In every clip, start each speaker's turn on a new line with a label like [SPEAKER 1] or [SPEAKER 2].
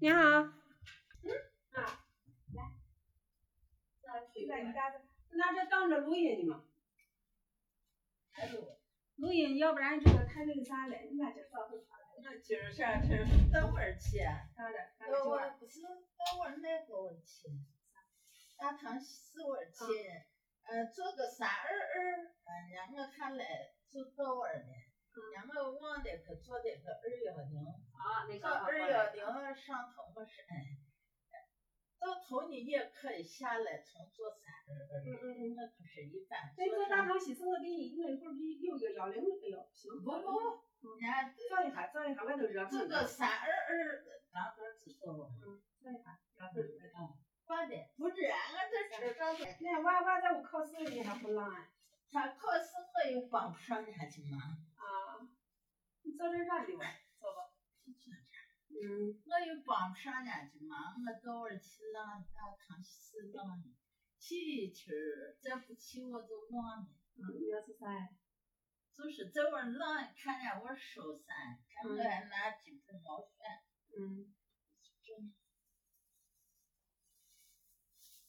[SPEAKER 1] 你好，
[SPEAKER 2] 嗯
[SPEAKER 3] 在你家拿着当着录音呢嘛。还有，
[SPEAKER 1] 录音，要不然这个太那个啥了，你把这放回去。
[SPEAKER 3] 那今儿啥吃？等会儿吃。
[SPEAKER 1] 拿着，拿着
[SPEAKER 2] 等
[SPEAKER 1] 去
[SPEAKER 2] 会
[SPEAKER 1] 玩。
[SPEAKER 2] 儿不是，等会儿那个我去，大堂是我去，呃，做个三二二，嗯，然后看了就到我了，然后忘了可做了个二幺零，
[SPEAKER 3] 啊，那
[SPEAKER 2] 这二幺零上头我是哎，到头你也可以下来重做三二
[SPEAKER 1] 嗯
[SPEAKER 2] 二，
[SPEAKER 1] 嗯嗯。
[SPEAKER 2] 那可是一般
[SPEAKER 1] 那
[SPEAKER 2] 做
[SPEAKER 1] 做大
[SPEAKER 2] 上。
[SPEAKER 1] 堂喜事，我给你弄一会儿给你有一个幺零六幺，行
[SPEAKER 2] 不不不，人家
[SPEAKER 1] 照一下，照一下，外头热乎
[SPEAKER 2] 这个呃三二二，咱哥只做我，
[SPEAKER 1] 照一下，热乎热乎。
[SPEAKER 2] 快点，不是俺这吃上的。
[SPEAKER 1] 那娃娃在我考试呢，还不浪啊？
[SPEAKER 2] 他考试我也帮不上啥去忙，
[SPEAKER 1] 啊，你找点啥理由？走吧。嗯，
[SPEAKER 2] 我也帮不上人去忙，我到我去浪大堂去浪呢，去一去儿，再不去我就忘了。
[SPEAKER 1] 你要是啥呀？
[SPEAKER 2] 就是在我浪，看见我手酸，看我还拿几根毛线，
[SPEAKER 1] 嗯，
[SPEAKER 2] 真的。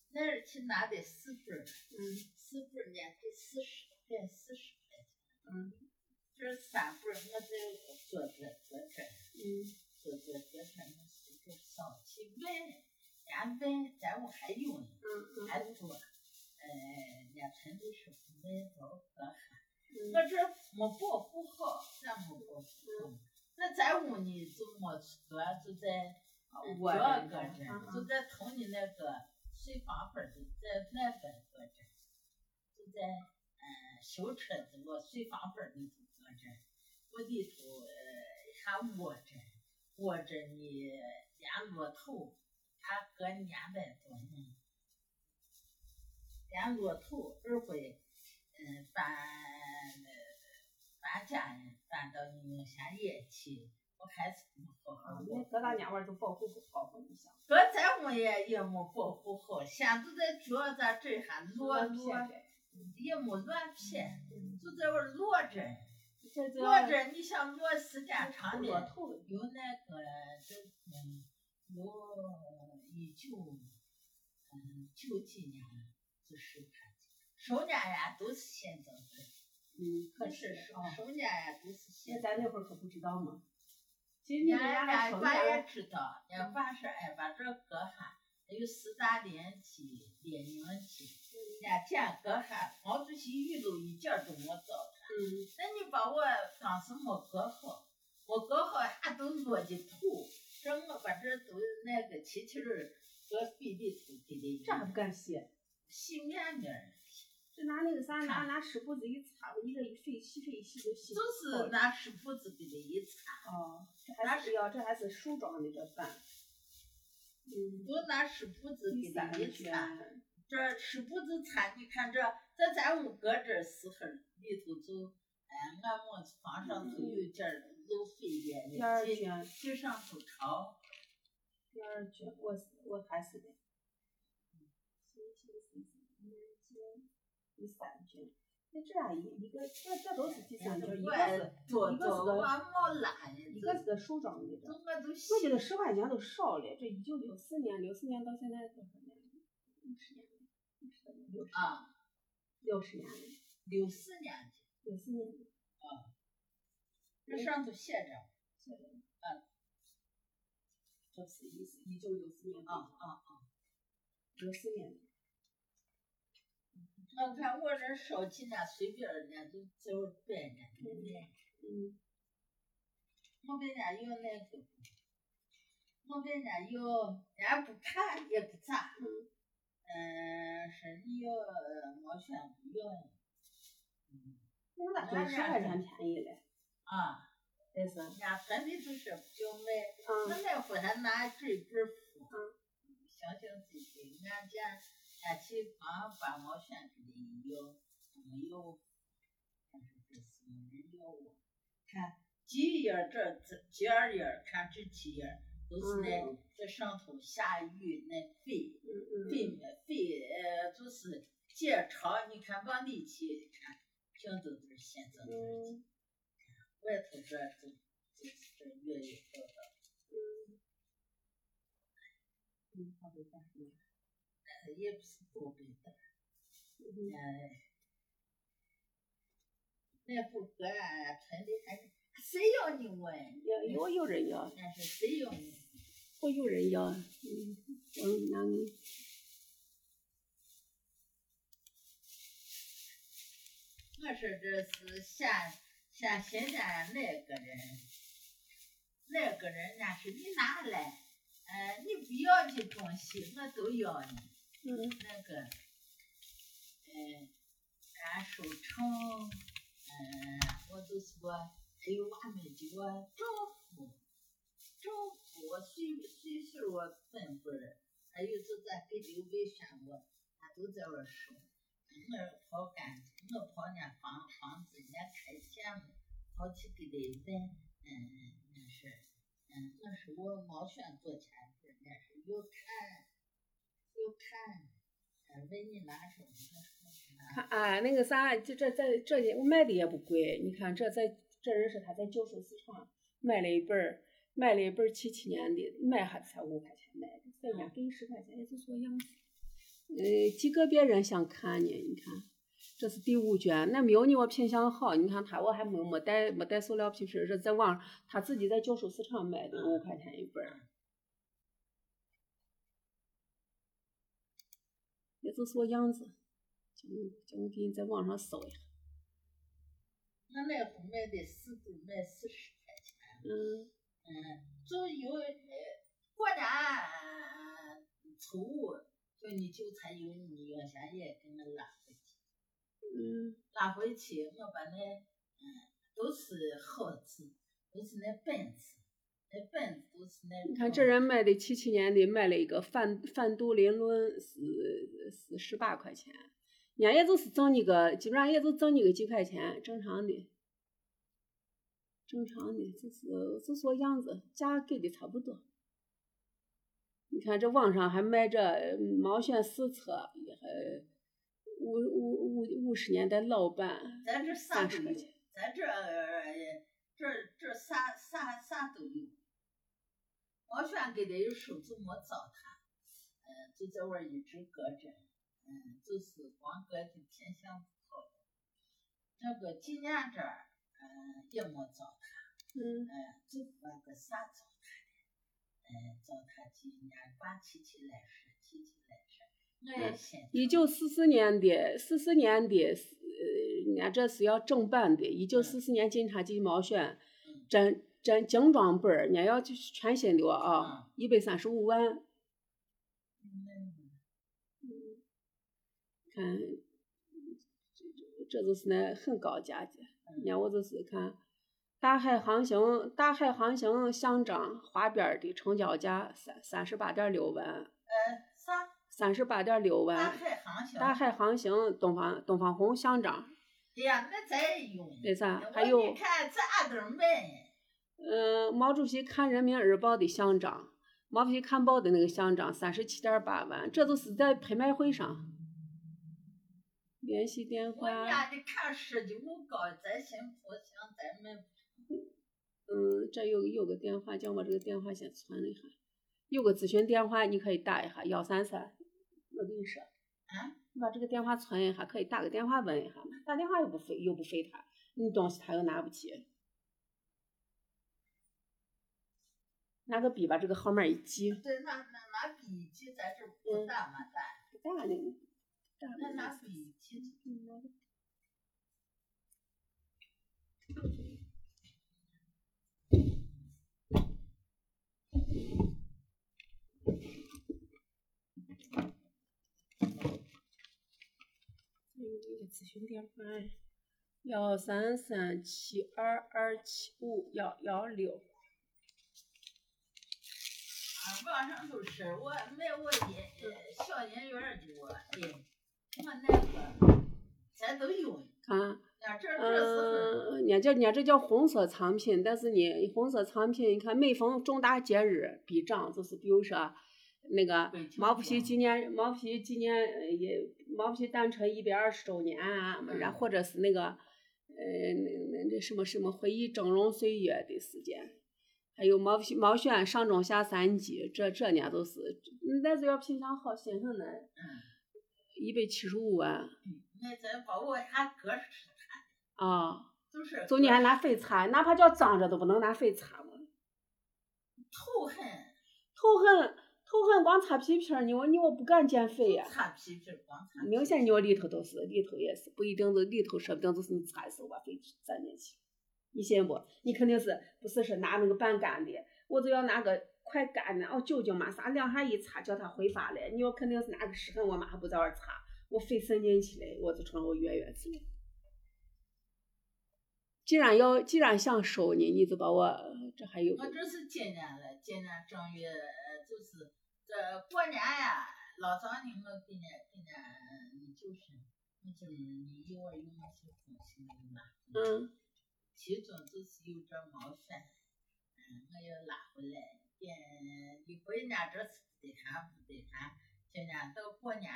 [SPEAKER 2] 那儿去拿的四根儿，
[SPEAKER 1] 嗯
[SPEAKER 2] 四根儿呢，得四十块，四十块钱。
[SPEAKER 1] 嗯
[SPEAKER 2] 这三根儿我在我坐着坐着。
[SPEAKER 1] 嗯
[SPEAKER 2] 这这这才能是一个早期问，俺问咱们还有呢，
[SPEAKER 1] 嗯
[SPEAKER 2] 还多。呃，俺村里是不问老可汗，
[SPEAKER 1] 嗯
[SPEAKER 2] 我这没保护好，咱没保护好。那咱屋呢就没多，就在
[SPEAKER 3] 我
[SPEAKER 2] 这
[SPEAKER 3] 这
[SPEAKER 2] 个人，就在同你那个睡房本儿的在那边搁着，就在嗯修车子我睡房本儿里头搁着，我里头呃还窝着。我这你连骆头，他搁两百多呢。连骆头二回，嗯，搬搬家呢，搬到宁夏也去，我还是没好好
[SPEAKER 1] 啊，
[SPEAKER 2] 过
[SPEAKER 1] 那。搁咱家娃就保护不好吧？你想？
[SPEAKER 2] 搁咱们也也没保护好，现在在觉咱这还落落，也没乱撇，
[SPEAKER 1] 嗯，
[SPEAKER 2] 就在我落着，
[SPEAKER 1] 这就
[SPEAKER 2] 落着，你想落时间长
[SPEAKER 1] 落
[SPEAKER 2] 点。
[SPEAKER 1] 透了。
[SPEAKER 2] 有那个就是呃有一九嗯九几年就是他，首家呀都是现增的，
[SPEAKER 1] 嗯，
[SPEAKER 2] 可
[SPEAKER 1] 可
[SPEAKER 2] 是
[SPEAKER 1] 是
[SPEAKER 2] 首
[SPEAKER 1] 啊，
[SPEAKER 2] 首家呀都是
[SPEAKER 1] 那
[SPEAKER 2] 现
[SPEAKER 1] 咱
[SPEAKER 2] 增
[SPEAKER 1] 那
[SPEAKER 2] 的。
[SPEAKER 1] 会儿可不知道嘛。其实你
[SPEAKER 2] 人
[SPEAKER 1] 家
[SPEAKER 2] 家
[SPEAKER 1] 还
[SPEAKER 2] 俺
[SPEAKER 1] 省
[SPEAKER 2] 爸也
[SPEAKER 1] 点，嗯
[SPEAKER 2] 知道，俺爸说哎把这隔哈，还有四大连起列宁起，俺建隔哈，毛主席语录一件儿都没找。
[SPEAKER 1] 嗯
[SPEAKER 2] 那你把我当时没隔好，我隔好还都落的土，这我把这都那个漆漆儿搁地里头给的，
[SPEAKER 1] 这还不敢写？
[SPEAKER 2] 洗面面儿，
[SPEAKER 1] 就拿那个啥，拿拿湿布子一擦，一个一水洗水一洗就洗。
[SPEAKER 2] 就是拿湿布子给的一擦，
[SPEAKER 1] 哦，这还是要，这还是梳妆的这饭。嗯，
[SPEAKER 2] 都拿湿布子给
[SPEAKER 1] 第三
[SPEAKER 2] 的
[SPEAKER 1] 个
[SPEAKER 2] 一擦，
[SPEAKER 1] 圈，
[SPEAKER 2] 这湿布子擦，你看这在咱屋搁这时候里头就，哎，俺们房上头有点儿漏水
[SPEAKER 1] 第二
[SPEAKER 2] 的，地
[SPEAKER 1] 圈，
[SPEAKER 2] 地上头潮。
[SPEAKER 1] 第二卷，我是我还是的。第三卷，那这俩一一个，这这都是第
[SPEAKER 2] 哎
[SPEAKER 1] 三卷，一个是
[SPEAKER 2] 多多往冒懒
[SPEAKER 1] 一
[SPEAKER 2] 一
[SPEAKER 1] 个是梳妆的这。
[SPEAKER 2] 我都
[SPEAKER 1] 我觉
[SPEAKER 2] 洗
[SPEAKER 1] 得十块钱都少了，这一九六四年，六四年到现在多少年了？五十年了，五十年了，
[SPEAKER 2] 啊，
[SPEAKER 1] 六十年了，
[SPEAKER 2] 六四年的，
[SPEAKER 1] 六四年了。
[SPEAKER 2] 这上头写着
[SPEAKER 1] 这是一四一九六四年
[SPEAKER 2] 啊，啊，
[SPEAKER 1] 六四年的，
[SPEAKER 2] 我看我这手机呢，随便人家都就别人家，
[SPEAKER 1] 嗯，
[SPEAKER 2] 我跟人家要那个，我跟人家要，人家不看也不咋，
[SPEAKER 1] 嗯
[SPEAKER 2] 嗯，说你要毛选不要，嗯
[SPEAKER 1] 那咋就十块钱便宜了？
[SPEAKER 2] 啊，
[SPEAKER 1] 这是，
[SPEAKER 2] 人家分的就是就
[SPEAKER 1] 嗯
[SPEAKER 2] 卖。我那会还拿这根斧，小小自己，俺家俺去房把毛选出来一要，没有，但是这是没人要我。啊看几页儿这这几二页儿，看这几页儿都是那、这上头下雨那飞
[SPEAKER 1] 嗯嗯，
[SPEAKER 2] 飞飞呃就是解潮，你看往里去看，平都都是现在
[SPEAKER 1] 嗯
[SPEAKER 2] 外头这就就是这月月到。
[SPEAKER 1] 嗯，嗯，好的，大哥。
[SPEAKER 2] 呃也不是特别大，
[SPEAKER 1] 嗯
[SPEAKER 2] 呃，那副歌啊，传的还是谁要你问？
[SPEAKER 1] 要要有人要，
[SPEAKER 2] 但是谁要你？
[SPEAKER 1] 我有人要。嗯，嗯，那你
[SPEAKER 2] 我说这是下下现在那个人，那个人那是你拿来，呃，你不要的东西我都要你。
[SPEAKER 1] 嗯
[SPEAKER 2] 那个，呃，俺收成，呃，我就说，哎呦，俺们这个丈夫，丈夫我岁岁数我分不儿，还有就在给刘备选我，他都在我手，我跑干，我跑人家房房子，人家开钱了，跑去给他问，嗯，那是，嗯，那是我毛选做前辈，那是有看。就看，呃，问你拿什么的，
[SPEAKER 1] 看啊，那个啥，就这在这也卖的也不贵，你看这在这人是他在旧书市场买了一本儿，买了一本儿七七年的，卖还才五块钱卖的，在家给十块钱也就这样。呃，极个别人想看呢，你看，这是第五卷，那苗呢我品相好，你看他我还没没带没带塑料皮皮儿，这在网上他自己在旧书市场买的，五块钱一本儿。也就是我样子，叫你叫我给你在网上搜一下，
[SPEAKER 2] 那那会卖的四股卖四十块钱，
[SPEAKER 1] 嗯。
[SPEAKER 2] 嗯，就有呃，过年初五，就你韭菜有你要啥也给我拉回去，
[SPEAKER 1] 嗯
[SPEAKER 2] 拉回去我把那嗯都是好吃，都是那本子，那本子都是那。
[SPEAKER 1] 你看这人买的七七年的买了一个反反杜林论是是十八块钱，人家也就是挣你个，基本上也就挣你个几块钱，正常的，正常的，就是就说样子，价给的差不多。你看这网上还卖这毛选四册，也还五五五五十年代老版，
[SPEAKER 2] 咱这啥都
[SPEAKER 1] 30
[SPEAKER 2] 有
[SPEAKER 1] 块钱，
[SPEAKER 2] 咱这呃这这啥啥啥都有。毛选给的有时候就没糟蹋，嗯，就在外一直搁着，嗯，就是光搁的品相不好。这个纪念这儿，嗯，也没糟蹋，
[SPEAKER 1] 嗯
[SPEAKER 2] 嗯，就管个啥糟蹋的，嗯，糟蹋纪念，把提起来说，提起来说，我也心疼。
[SPEAKER 1] 一九四四年的四四年的，呃，人家这是要正版的。一
[SPEAKER 2] 嗯
[SPEAKER 1] 九四四年警察局毛选，真真精装本儿，人家要就是全新的啊，一百三十五万。
[SPEAKER 2] 嗯
[SPEAKER 1] 看，这就是那很高价的。
[SPEAKER 2] 嗯
[SPEAKER 1] 人家我就是看，大海航行大海航行象章花边儿的成交价三三十八点六万，
[SPEAKER 2] 呃，啥？
[SPEAKER 1] 三十八点六
[SPEAKER 2] 大
[SPEAKER 1] 万。
[SPEAKER 2] 海航行。
[SPEAKER 1] 大海航行东方东方红象章
[SPEAKER 2] 对呀，那咱也用。
[SPEAKER 1] 那啥
[SPEAKER 2] 嗯我
[SPEAKER 1] 还有
[SPEAKER 2] 你看这俺都卖，
[SPEAKER 1] 呃，毛主席看《人民日报》的象章，毛主席看报的那个象章三十七点八万，这都是在拍卖会上。联系电
[SPEAKER 2] 我
[SPEAKER 1] 话，
[SPEAKER 2] 家你看十几五高，咱心不行，咱卖不
[SPEAKER 1] 嗯，这有有个电话，叫我这个电话先存了一下，有个咨询电话你可以打一下幺三三，我跟你说，
[SPEAKER 2] 啊，
[SPEAKER 1] 你把这个电话存一下，可以打个电话问一下，打电话又不费又不费他，你东西他又拿不起。拿个笔把这个号码一记，
[SPEAKER 2] 对，那那拿笔记，咱这不大嘛大，
[SPEAKER 1] 不大那个，大
[SPEAKER 2] 那
[SPEAKER 1] 那
[SPEAKER 2] 拿笔记，
[SPEAKER 1] 咨询电话幺三三七二二七五幺幺六，
[SPEAKER 2] 啊，网上都是我卖我爷呃小银元的我，对，我那个咱都用，
[SPEAKER 1] 看，
[SPEAKER 2] 那 这这是
[SPEAKER 1] 嗯，人家叫人家这叫红色藏品，但是呢，红色藏品，你看每逢重大节日必涨，就是比如说那个
[SPEAKER 2] 北京
[SPEAKER 1] 毛主席
[SPEAKER 2] 广
[SPEAKER 1] 纪念毛主席纪念呃也毛主席诞辰一百二十周年啊，然后或者是那个呃那那那什么什么回忆峥嵘岁啊月的时间，还有毛主席毛选上中下三季，这这呢都是嗯但是要平常好心情呢，一百七十五万
[SPEAKER 2] 那咱把我俺哥是
[SPEAKER 1] 啊，
[SPEAKER 2] 都是
[SPEAKER 1] 中间还拿粉擦，哪怕叫脏着都不能拿粉擦嘛。
[SPEAKER 2] 头痕，
[SPEAKER 1] 头痕头痕光擦屁屁儿，你我你我不敢减肥呀、
[SPEAKER 2] 擦皮皮儿光擦。
[SPEAKER 1] 明显尿里头都是，里头也是，不一定是里头，说不定就是你擦的时候把粪沾进去。你信不？你肯定是不是是拿那个半干的，我就要拿个快干的，哦，酒精嘛啥两下一擦叫它挥发了。你要肯定是拿个湿痕，我妈还不在那儿擦，我费渗进去了，我就成我月月子了。既然要既然想收你，你就把我这还有
[SPEAKER 2] 我这是今年了，今年正月呃就是这过年呀，老早呢我给人给人就是我就是你幼儿园是中心的嘛，
[SPEAKER 1] 嗯，
[SPEAKER 2] 其中就是有这毛线，嗯，我要拉回来，嗯，一回家这是不得看不得看，今年到过年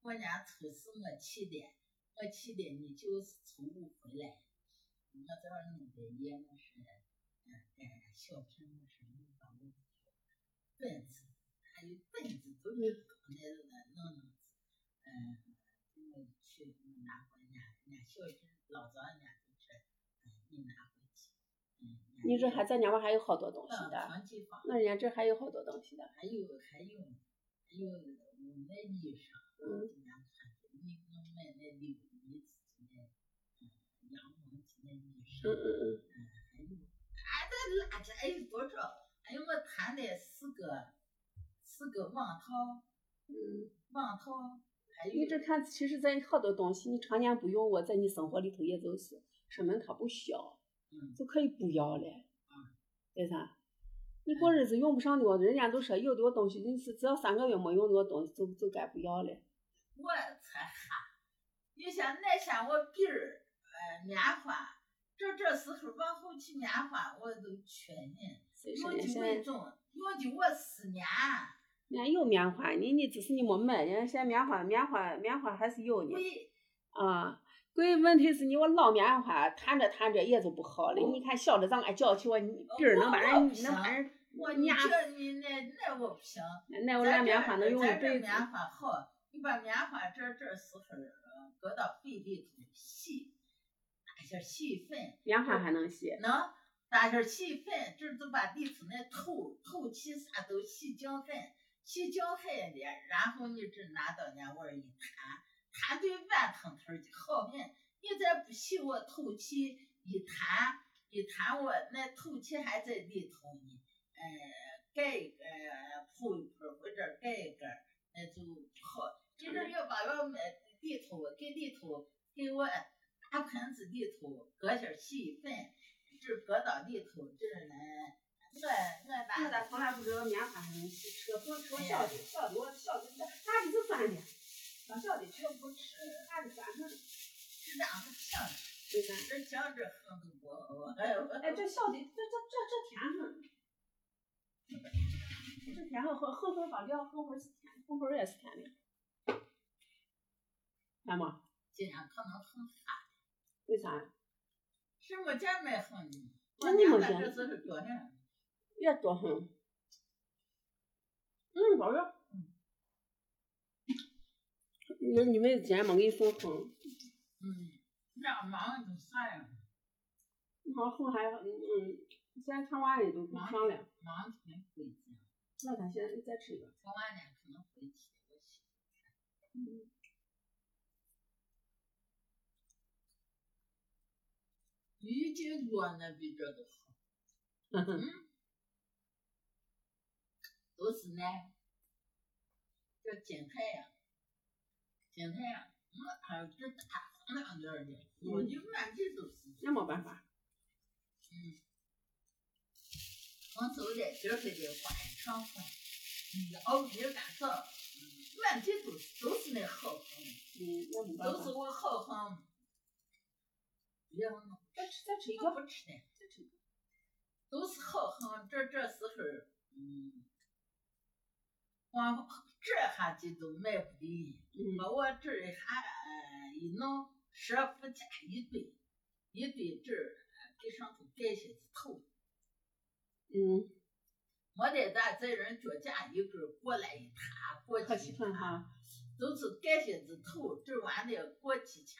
[SPEAKER 2] 过年初四我去的，我去的你就是初五回来。我这儿弄的也不是，嗯，小啊陈不是没把我本子，还有本子都是搞那个弄弄，嗯，我去拿回家，人家小陈老早人家就说，嗯，你拿回去，嗯，
[SPEAKER 1] 你这还咱家娃还有好多东西
[SPEAKER 2] 放
[SPEAKER 1] 的，
[SPEAKER 2] 放几放，
[SPEAKER 1] 那人家这还有好多东西的，
[SPEAKER 2] 还有还有还有我那衣裳，
[SPEAKER 1] 嗯
[SPEAKER 2] 我今年穿的，你我买那六米子的，嗯，羊毛子的衣
[SPEAKER 1] 嗯
[SPEAKER 2] 裳。
[SPEAKER 1] 嗯嗯，
[SPEAKER 2] 俺这拉着哎呦多少？哎呦，我谈的四个，四个网套，
[SPEAKER 1] 嗯，
[SPEAKER 2] 网套，还有
[SPEAKER 1] 你这看，其实咱好多东西你常年不用，我在你生活里头也就是，说明它不需要，
[SPEAKER 2] 嗯，
[SPEAKER 1] 就可以不要了，对啥？你过日子用不上的，我人家都说有的我东西，你是只要三个月没用的我东西就就该不要了。
[SPEAKER 2] 我才哈。你像那像我鼻儿，呃，棉花，这这时候往后去棉花我都缺呢，
[SPEAKER 1] 所以说
[SPEAKER 2] 用
[SPEAKER 1] 人
[SPEAKER 2] 的
[SPEAKER 1] 现
[SPEAKER 2] 为
[SPEAKER 1] 在
[SPEAKER 2] 重，用的我思念。
[SPEAKER 1] 人家有棉花，你你只是你没买，人家现在棉花棉花棉花还是有呢。
[SPEAKER 2] 贵，
[SPEAKER 1] 啊，关键问题是你我老棉花弹着弹着也就不好了。你看小的让俺叫去，我你鼻儿能把人
[SPEAKER 2] 哦我
[SPEAKER 1] 能把人
[SPEAKER 2] 我你
[SPEAKER 1] 压死。
[SPEAKER 2] 这你那那我不行。
[SPEAKER 1] 那我
[SPEAKER 2] 咱
[SPEAKER 1] 俩
[SPEAKER 2] 这
[SPEAKER 1] 棉花能用一
[SPEAKER 2] 咱这
[SPEAKER 1] 辈子
[SPEAKER 2] 棉。花好，你把棉花这这时候呃搁到肺里头洗，打些细粉，
[SPEAKER 1] 棉花还能洗，
[SPEAKER 2] 能打些细粉，这就把里头那透透气啥都洗净粉，洗净粉的，然后你这拿到那碗儿一摊，摊对碗腾腾的好很。你再不洗我透气一摊一摊我那透气还在里头呢，呃，盖一个呃铺一铺或者盖一个，那就好。这
[SPEAKER 1] 嗯
[SPEAKER 2] 阵要把我们里头给里头给我大盆子里头搁些细粉，这搁到里头这儿呢，我我把
[SPEAKER 1] 我咋从来不知道棉花还能洗？吃不吃
[SPEAKER 2] 小的
[SPEAKER 1] 小的我小的大的就酸的，
[SPEAKER 2] 我小的全不吃，
[SPEAKER 1] 大的酸的。
[SPEAKER 2] 这哪能香？
[SPEAKER 1] 对吧？
[SPEAKER 2] 这姜这横都不我我
[SPEAKER 1] 哎，这小的这这这这甜的，这甜的后后头把料后头是甜，后头也是甜的。干嘛？
[SPEAKER 2] 今年可能很
[SPEAKER 1] 为啥？
[SPEAKER 2] 是我见没横呢，
[SPEAKER 1] 那你没
[SPEAKER 2] 我娘
[SPEAKER 1] 见
[SPEAKER 2] 家这是多呢。
[SPEAKER 1] 越多很。嗯，宝贝儿。那你妹子竟然没给你送红，
[SPEAKER 2] 嗯，那忙就啥呀？
[SPEAKER 1] 你好像红还嗯，现在看娃也都不上了。
[SPEAKER 2] 忙挺贵的，
[SPEAKER 1] 那咱现在再吃一个。
[SPEAKER 2] 从晚点可能回去。我去
[SPEAKER 1] 嗯。
[SPEAKER 2] 你这做那比这都好，都是那这金太阳，金太阳，我儿子大红两点儿的，我就满地都是。
[SPEAKER 1] 那没办法，
[SPEAKER 2] 从走的今儿个的花一长花，嗯，熬皮干燥，嗯，满地都是都是那好红。
[SPEAKER 1] 嗯，那没办
[SPEAKER 2] 都是
[SPEAKER 1] 法。
[SPEAKER 2] 我好好，别弄，
[SPEAKER 1] 再吃再吃一
[SPEAKER 2] 这
[SPEAKER 1] 个，
[SPEAKER 2] 不吃的，
[SPEAKER 1] 再吃一个。
[SPEAKER 2] 都是好好，这这时候儿，嗯，光这下就都卖不离，
[SPEAKER 1] 嗯，
[SPEAKER 2] 把我这一下呃一弄，舍夫家一堆，一堆这儿呃给上头盖些子头，
[SPEAKER 1] 嗯，
[SPEAKER 2] 没得咱这人脚架一根儿过来一塌，过
[SPEAKER 1] 可
[SPEAKER 2] 去
[SPEAKER 1] 喜
[SPEAKER 2] 一
[SPEAKER 1] 欢
[SPEAKER 2] 塌，
[SPEAKER 1] 哈，
[SPEAKER 2] 都是感谢之头，这玩意儿过几天，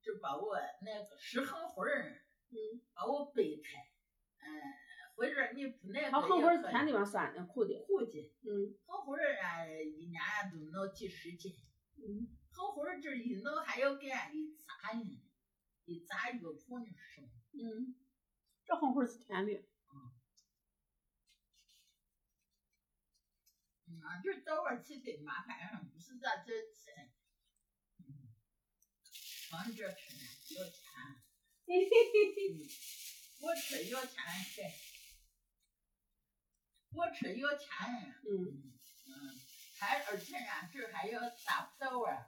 [SPEAKER 2] 这把我那个十行魂儿，
[SPEAKER 1] 嗯，
[SPEAKER 2] 把我背开，嗯，或者你不那个
[SPEAKER 1] 好后边
[SPEAKER 2] 也
[SPEAKER 1] 儿
[SPEAKER 2] 可
[SPEAKER 1] 全
[SPEAKER 2] 以
[SPEAKER 1] 地方酸的苦的，
[SPEAKER 2] 户籍，
[SPEAKER 1] 嗯
[SPEAKER 2] 横活儿啊，一年都弄几十斤，
[SPEAKER 1] 嗯，
[SPEAKER 2] 横活儿这一弄还要给俺一扎呢，一扎药铺呢生。
[SPEAKER 1] 嗯，这红红是甜 的，
[SPEAKER 2] 嗯啊，就是早晚去给麻烦上，不是咱这钱，嗯，光这吃呢要钱，
[SPEAKER 1] 嗯
[SPEAKER 3] 嘿嘿嘿嘿，
[SPEAKER 2] 我吃要钱对，我吃要钱，
[SPEAKER 1] 嗯
[SPEAKER 2] 嗯嗯，还而且俺这还要打不到啊，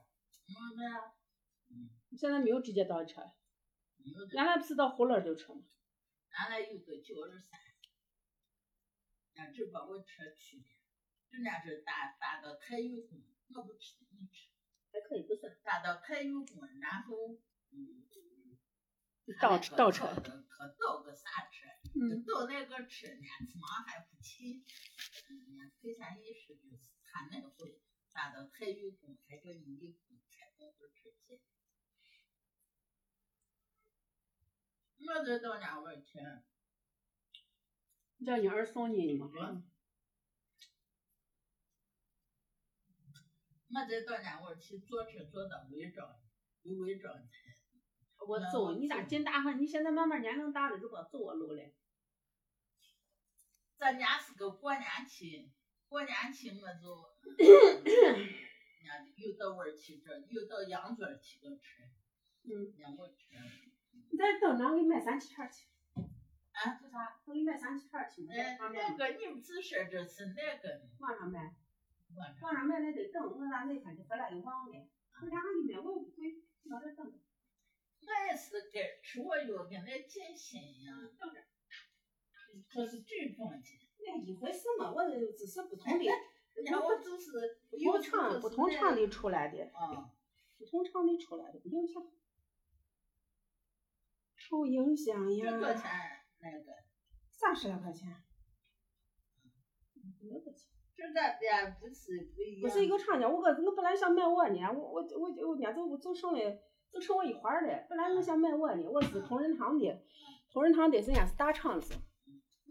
[SPEAKER 2] 嗯那，嗯，
[SPEAKER 1] 现在没有直接倒车，
[SPEAKER 2] 有的
[SPEAKER 1] 原来不是到葫芦溜车吗？
[SPEAKER 2] 俺俩有个九二三，俺这把我车去了，这俩是打打到开运宫，我不吃你吃。
[SPEAKER 1] 还可以，不是
[SPEAKER 2] 打到开运宫，然后嗯，
[SPEAKER 1] 倒车倒车，
[SPEAKER 2] 可倒个啥车？
[SPEAKER 1] 嗯，
[SPEAKER 2] 倒那个车呢，忙还不去。嗯，非常意识就是他那会打到太运宫，还叫你一宫开工都吃去。我这到哪玩去？
[SPEAKER 1] 叫你儿送你嘛，
[SPEAKER 2] 嗯我这到哪玩去？坐车坐到违章，有违章的。
[SPEAKER 1] 我走，你咋进大婚？你现在慢慢年龄大了，如果走我路了，
[SPEAKER 2] 咱家是个过年期，过年期我就，嗯俺又到我去这，又到杨庄去个吃，
[SPEAKER 1] 嗯，
[SPEAKER 2] 让我吃。
[SPEAKER 1] 你再等着我给你买三七片儿去，
[SPEAKER 2] 啊，
[SPEAKER 1] 做啥？我给你买三七片儿去嘛，
[SPEAKER 2] 哎
[SPEAKER 1] 在旁，边
[SPEAKER 2] 那个你们自说这是那个呢，
[SPEAKER 1] 网上买，
[SPEAKER 2] 我说
[SPEAKER 1] 网上买那得等，我咋那天就回来就忘了？为啥我一买我又不会，我这等着，
[SPEAKER 2] 我也是该吃我药跟那尽心呀，
[SPEAKER 1] 等着，
[SPEAKER 2] 可是这种的，
[SPEAKER 3] 那一回事嘛，我这只是不同的。
[SPEAKER 2] 然后就是
[SPEAKER 1] 不同厂不同厂里出来的，
[SPEAKER 2] 啊，
[SPEAKER 1] 哎不同厂里出来的不影响，受影响
[SPEAKER 2] 这个
[SPEAKER 1] 呀，
[SPEAKER 2] 钱那个。
[SPEAKER 1] 三十来块钱，没多钱。
[SPEAKER 2] 这个边不是不一样，
[SPEAKER 1] 不是一个厂家，我个我本来想买我呢，我我我我呢就就剩了就剩我一环儿了。本来我
[SPEAKER 2] 嗯
[SPEAKER 1] 想买我呢，我是同仁堂的，同仁堂的人家是大厂子，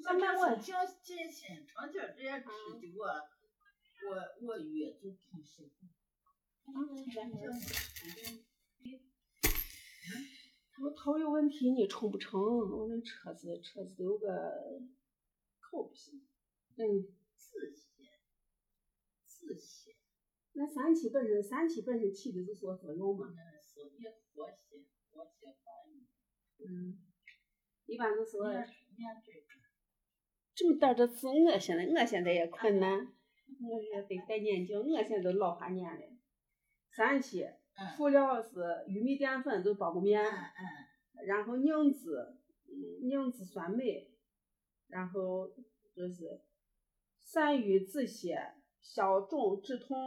[SPEAKER 2] 像那我就进心，成天这样吃的我，我我越就痛心。嗯
[SPEAKER 1] 他说头有问题你充不成，我那车子车子有个口不行。嗯，
[SPEAKER 2] 自信，自信，
[SPEAKER 1] 那三七本身三七本身起的就是说作用嘛。
[SPEAKER 2] 那是你活心，活心话语，
[SPEAKER 1] 嗯，一般就是
[SPEAKER 2] 你看这个，
[SPEAKER 1] 这么大的字，我现在我现在也困难，我也得戴眼镜，我现在都老花眼了。三七
[SPEAKER 2] 嗯
[SPEAKER 1] 辅料是玉米淀粉，就苞谷面，
[SPEAKER 2] 嗯嗯，
[SPEAKER 1] 然后凝脂，嗯凝脂酸镁，然后就是散瘀止血、消肿止痛，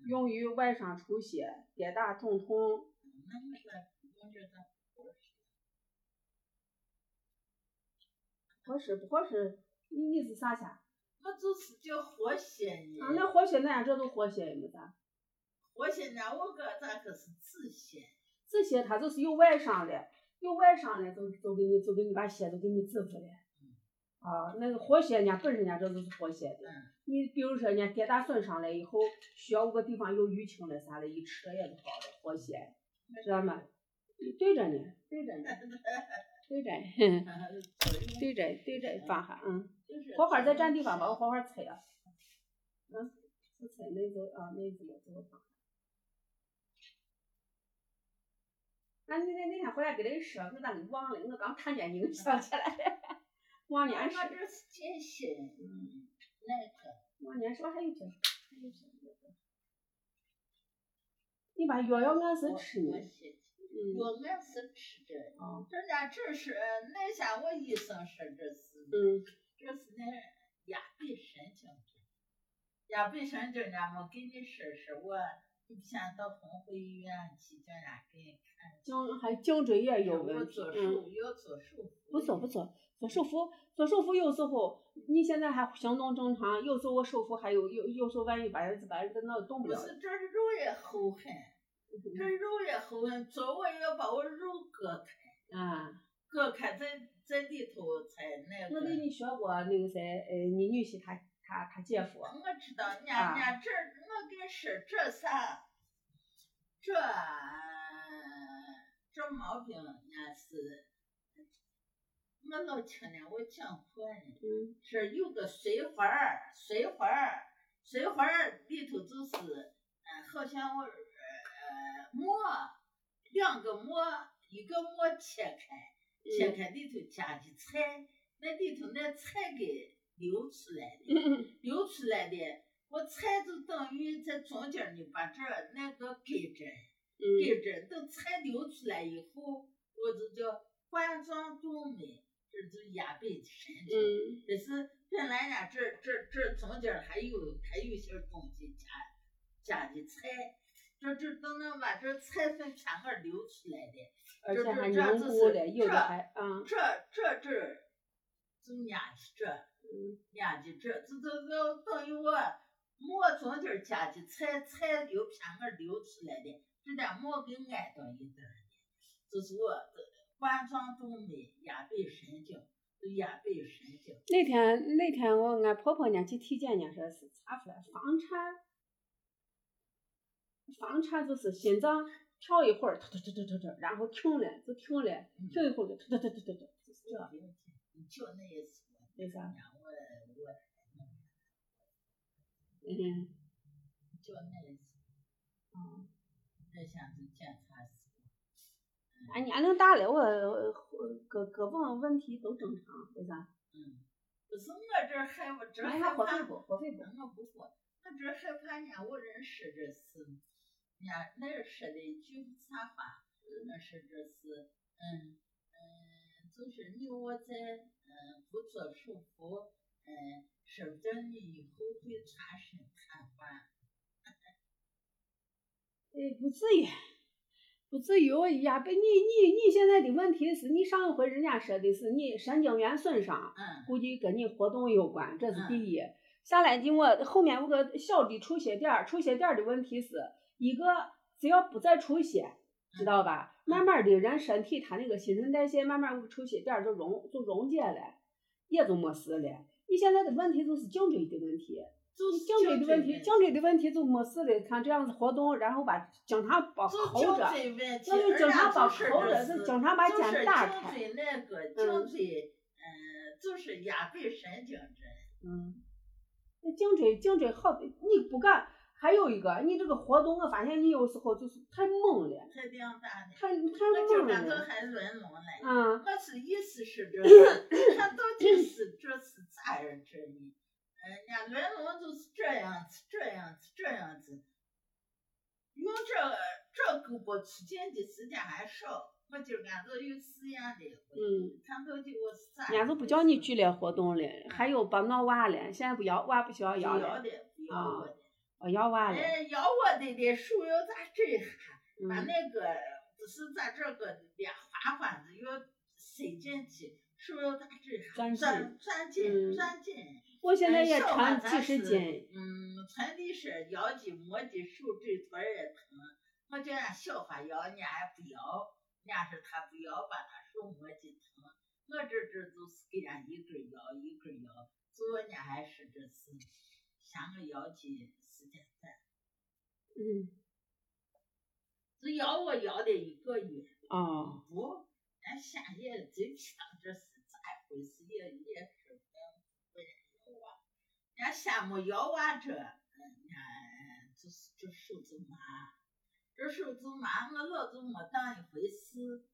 [SPEAKER 2] 嗯
[SPEAKER 1] 用于外伤出血、跌打肿痛。
[SPEAKER 2] 那么个，我觉得
[SPEAKER 1] 合适不合适？你你是啥啥？
[SPEAKER 2] 我就是叫活心
[SPEAKER 1] 啊，那活血那俺这都活血也没啥。
[SPEAKER 2] 活心呢，我搁咱可是自信，
[SPEAKER 1] 这些它就是有外伤的，有外伤的都都给你都给你把血都给你止住了。啊，那个活血人家本身人家这就是活血的。
[SPEAKER 2] 嗯
[SPEAKER 1] 你比如说人家跌打损伤了以后，血五个地方有淤青了啥的，一吃也就好了，活血，知道吗？对着呢，对着呢，对着呢，对着对着放下，嗯，火花再占地方把我火花拆了，嗯，不拆那就啊那就就放下。那你那那天回来给人说，我咋给忘了？我刚看见你，我想起来了， 忘年
[SPEAKER 2] 我
[SPEAKER 1] 说。
[SPEAKER 2] 这是真心，嗯，那个，
[SPEAKER 1] 往年说还有这，还有这你把药要按时吃呢
[SPEAKER 2] 活，心。
[SPEAKER 1] 嗯，
[SPEAKER 2] 我们是吃的，
[SPEAKER 1] 哦，
[SPEAKER 2] 这家这是那下我医生说这是，
[SPEAKER 1] 嗯，
[SPEAKER 2] 这是那压背神经症，压背神经症我跟你说说，我以前到红会医院去叫人家给看，
[SPEAKER 1] 嗯颈还颈椎也有
[SPEAKER 2] 我
[SPEAKER 1] 问题
[SPEAKER 2] 做，
[SPEAKER 1] 嗯，
[SPEAKER 2] 手要做手术，
[SPEAKER 1] 不错不错，左手扶，左手扶右手扶。你现在还行动正常，右手我手扶还有右右手万一把人把人给弄动不
[SPEAKER 2] 不
[SPEAKER 1] 了。嗯
[SPEAKER 2] 是，这儿肉也厚很，这儿肉也厚很，早晚要把我肉割开，
[SPEAKER 1] 啊，
[SPEAKER 2] 割开在在里头才那
[SPEAKER 1] 我
[SPEAKER 2] 个。
[SPEAKER 1] 跟你学过那个谁，呃，你女婿他他他姐夫，
[SPEAKER 2] 我知道，伢
[SPEAKER 1] 啊
[SPEAKER 2] 伢这儿我跟你说，这啥，这这毛病伢是，我老听了，我讲过呢，
[SPEAKER 1] 嗯
[SPEAKER 2] 这有个水花儿，水花儿，水花儿里头就是，呃，好像我呃馍，两个馍，一个馍切开，切
[SPEAKER 1] 嗯
[SPEAKER 2] 开里头加的菜，那里头那菜给流出来了。
[SPEAKER 1] 嗯
[SPEAKER 2] 流出来的，我菜就等于在中间儿呢，把这儿那个给着，给着，等菜流出来以后，我就叫冠状动脉，这就压背的神经。
[SPEAKER 1] 嗯
[SPEAKER 2] 但是本来呢，这这这中间儿还有还有些东西加加的菜，这这都能把这菜粉全个儿流出来的。
[SPEAKER 1] 而且还
[SPEAKER 2] 这这
[SPEAKER 1] 凝
[SPEAKER 2] 这
[SPEAKER 1] 固
[SPEAKER 2] 是
[SPEAKER 1] 的，有的
[SPEAKER 2] 这
[SPEAKER 1] 还啊，
[SPEAKER 2] 这这这儿就压起这，压起这，这这这等于我馍中间夹起菜菜由偏个流出来的，这点馍给挨到一点儿的，就是我这冠状动脉压背神经，就压背神经。
[SPEAKER 1] 那天那天我俺婆婆呢去体检呢，说是查出来房颤，房颤就是心脏跳一会儿，突突突突突突，然后停了就停了，停一会儿就突突突突突突，就是这样，
[SPEAKER 2] 你就那一次，
[SPEAKER 1] 为啥？
[SPEAKER 2] 然后我我
[SPEAKER 1] 嗯
[SPEAKER 2] 就那一次，
[SPEAKER 1] 嗯，
[SPEAKER 2] 那下子检查死我。
[SPEAKER 1] 俺年龄大了，我我各各方问题都正常，为啥？
[SPEAKER 2] 嗯，不是我这儿害我这儿
[SPEAKER 1] 俺
[SPEAKER 2] 害
[SPEAKER 1] 还活
[SPEAKER 2] 怕
[SPEAKER 1] 肺。不？活肺不？
[SPEAKER 2] 我不说，我只害怕人家我人说这是，人家那儿说的一句啥话？那说这是，嗯嗯，就是你我在，嗯，不做手术，嗯，说不定你以后会全身瘫痪。
[SPEAKER 1] 哎，不至于，不至于。我呀，不，你你你现在的问题是你上一回人家说的是你神经元损伤，
[SPEAKER 2] 嗯
[SPEAKER 1] 估计跟你活动有关，这是第一。下来的我后面有个小的出血点儿，出血点儿的问题是一个，只要不再出血，知道吧？慢慢的人身体他那个新陈代谢慢慢有个出血点儿就溶就溶解了，也就没事了。你现在的问题就是颈椎的问题，就是颈椎的问题，颈椎的问题就没事了。看这样子活动，然后把经常把
[SPEAKER 2] 就
[SPEAKER 1] 扣
[SPEAKER 2] 颈
[SPEAKER 1] 着，
[SPEAKER 2] 椎问题，
[SPEAKER 1] 那就经常把扣着，
[SPEAKER 2] 是
[SPEAKER 1] 就经常把
[SPEAKER 2] 就是
[SPEAKER 1] 肩打开。
[SPEAKER 2] 颈椎那个颈椎，嗯，就是压背神经症。
[SPEAKER 1] 嗯，那颈椎颈椎好的，你不干。还有一个，你这个活动，我发现你有时候就是太猛了，
[SPEAKER 2] 太量大了，
[SPEAKER 1] 太
[SPEAKER 2] 我
[SPEAKER 1] 太
[SPEAKER 2] 今
[SPEAKER 1] 猛
[SPEAKER 2] 晚都
[SPEAKER 1] 了。
[SPEAKER 2] 还轮龙嘞。
[SPEAKER 1] 嗯，
[SPEAKER 2] 我是意思是 这是，看到底是这是咋样这哎呢？人家轮龙就是这样子，这样子，这样子。用这这胳膊出镜的时间还少，我今儿俺都有试验了一回，
[SPEAKER 1] 嗯。
[SPEAKER 2] 看到底我是咋样回事？
[SPEAKER 1] 人家都不叫你剧烈活动了，还有把闹娃了，现在不摇娃不需要
[SPEAKER 2] 不
[SPEAKER 1] 摇
[SPEAKER 2] 要
[SPEAKER 1] 了，
[SPEAKER 2] 的，不要我的。
[SPEAKER 1] 哦摇娃了，
[SPEAKER 2] 哎，要我的的手要咋这哈？把
[SPEAKER 1] 嗯，
[SPEAKER 2] 那个不是咱这个俩花环子要塞进去，手要咋这哈？
[SPEAKER 1] 钻进
[SPEAKER 2] 钻钻
[SPEAKER 1] 嗯
[SPEAKER 2] 进钻进。
[SPEAKER 1] 我现在
[SPEAKER 2] 哎
[SPEAKER 1] 也
[SPEAKER 2] 瘦吧
[SPEAKER 1] 沉
[SPEAKER 2] 咱
[SPEAKER 1] 几十
[SPEAKER 2] 是
[SPEAKER 1] 斤，
[SPEAKER 2] 嗯，传的是腰肌、摸的手指头儿也疼。我叫俺小花腰，人家还不摇，人家说他不摇，把他手摸的疼。我这这就是给俺一根儿摇一根儿摇，昨人家还说这是嫌我腰肌时间短，
[SPEAKER 1] 嗯，
[SPEAKER 2] 就摇我摇的一个月。
[SPEAKER 1] 哦，
[SPEAKER 2] 不，俺下也真想这是咋回事，也也是不不人摇娃，俺下没摇娃这，俺就是这手就麻，这手就麻，我老就没当一回事，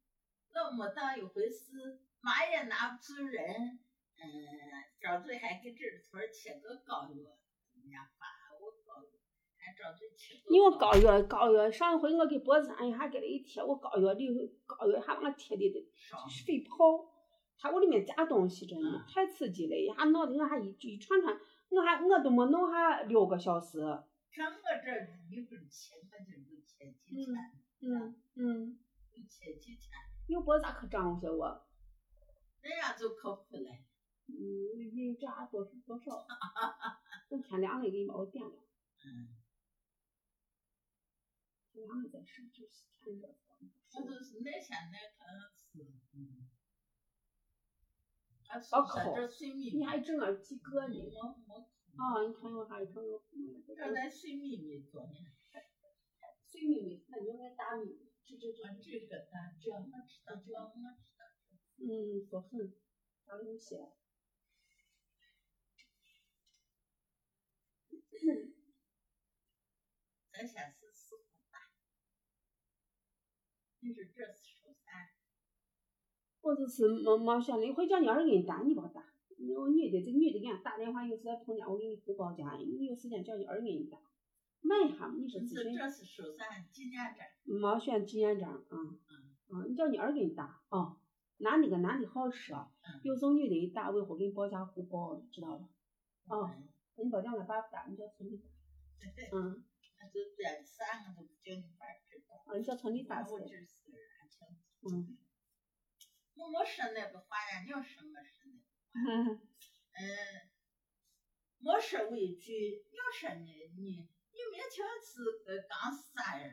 [SPEAKER 2] 老没当一回事，麻也拿不住人，嗯，张嘴还给这儿头儿切个膏药，人家把我膏药，还张嘴切个。
[SPEAKER 1] 因为我膏药膏药，上一回我给脖子上一下给他一贴，我膏药里膏药还把我贴的
[SPEAKER 2] 伤
[SPEAKER 1] 水泡，它往里面加东西，真的
[SPEAKER 2] 嗯
[SPEAKER 1] 太刺激了，一下闹得我还一一串串，我还我都没弄下六个小时，
[SPEAKER 2] 看我这一根切，我就都切
[SPEAKER 1] 嗯
[SPEAKER 2] 几天。
[SPEAKER 1] 嗯嗯，
[SPEAKER 2] 前几天
[SPEAKER 1] 有脖子咋可胀乎些我？
[SPEAKER 2] 那样就靠谱了。
[SPEAKER 1] 嗯，银渣多少多少，等天亮了给你把我点了。
[SPEAKER 2] 嗯，
[SPEAKER 1] 天凉了再吃，就是天热
[SPEAKER 2] 他都是那现在可能是，嗯，他
[SPEAKER 1] 把
[SPEAKER 2] 宿舍这水密
[SPEAKER 1] 你
[SPEAKER 2] 密，
[SPEAKER 1] 还整了几个呢？
[SPEAKER 2] 我我
[SPEAKER 1] 啊，你看我还整了，
[SPEAKER 2] 这咱水密密多呢，
[SPEAKER 1] 水米米，那应该大米，这这这
[SPEAKER 2] 我这个咱这我知道这我知道，
[SPEAKER 1] 嗯，多狠，咱有些。
[SPEAKER 2] 咱先是四五吧，你是这是初三，
[SPEAKER 1] 我就是没没想的，回家你要是给你打，你不打。你有女的，这女的给俺打电话，有时间通家，我给你回报家，你有时间叫你儿给你打。问一下嘛，你说
[SPEAKER 2] 你
[SPEAKER 1] 咨
[SPEAKER 2] 是
[SPEAKER 1] 询，
[SPEAKER 2] 嗯这是初三纪念展，
[SPEAKER 1] 没选纪念章啊
[SPEAKER 2] 嗯
[SPEAKER 1] 啊，你叫你儿给你打啊。男的跟男的好说，
[SPEAKER 2] 嗯
[SPEAKER 1] 有时候女的一打，为何给你报家互报，知道吧？啊，
[SPEAKER 2] 嗯，
[SPEAKER 1] 你报家俺爸不打，你叫村里打。嗯，
[SPEAKER 2] 那就这三个都不叫你班儿知道。
[SPEAKER 1] 啊，你叫村里打
[SPEAKER 2] 我
[SPEAKER 1] 谁？
[SPEAKER 2] 这是还挺。
[SPEAKER 1] 嗯。
[SPEAKER 2] 我没说那个话呀，你要说我说那个，嗯，没说我一句，你要说你你你明天是呃刚啥呀？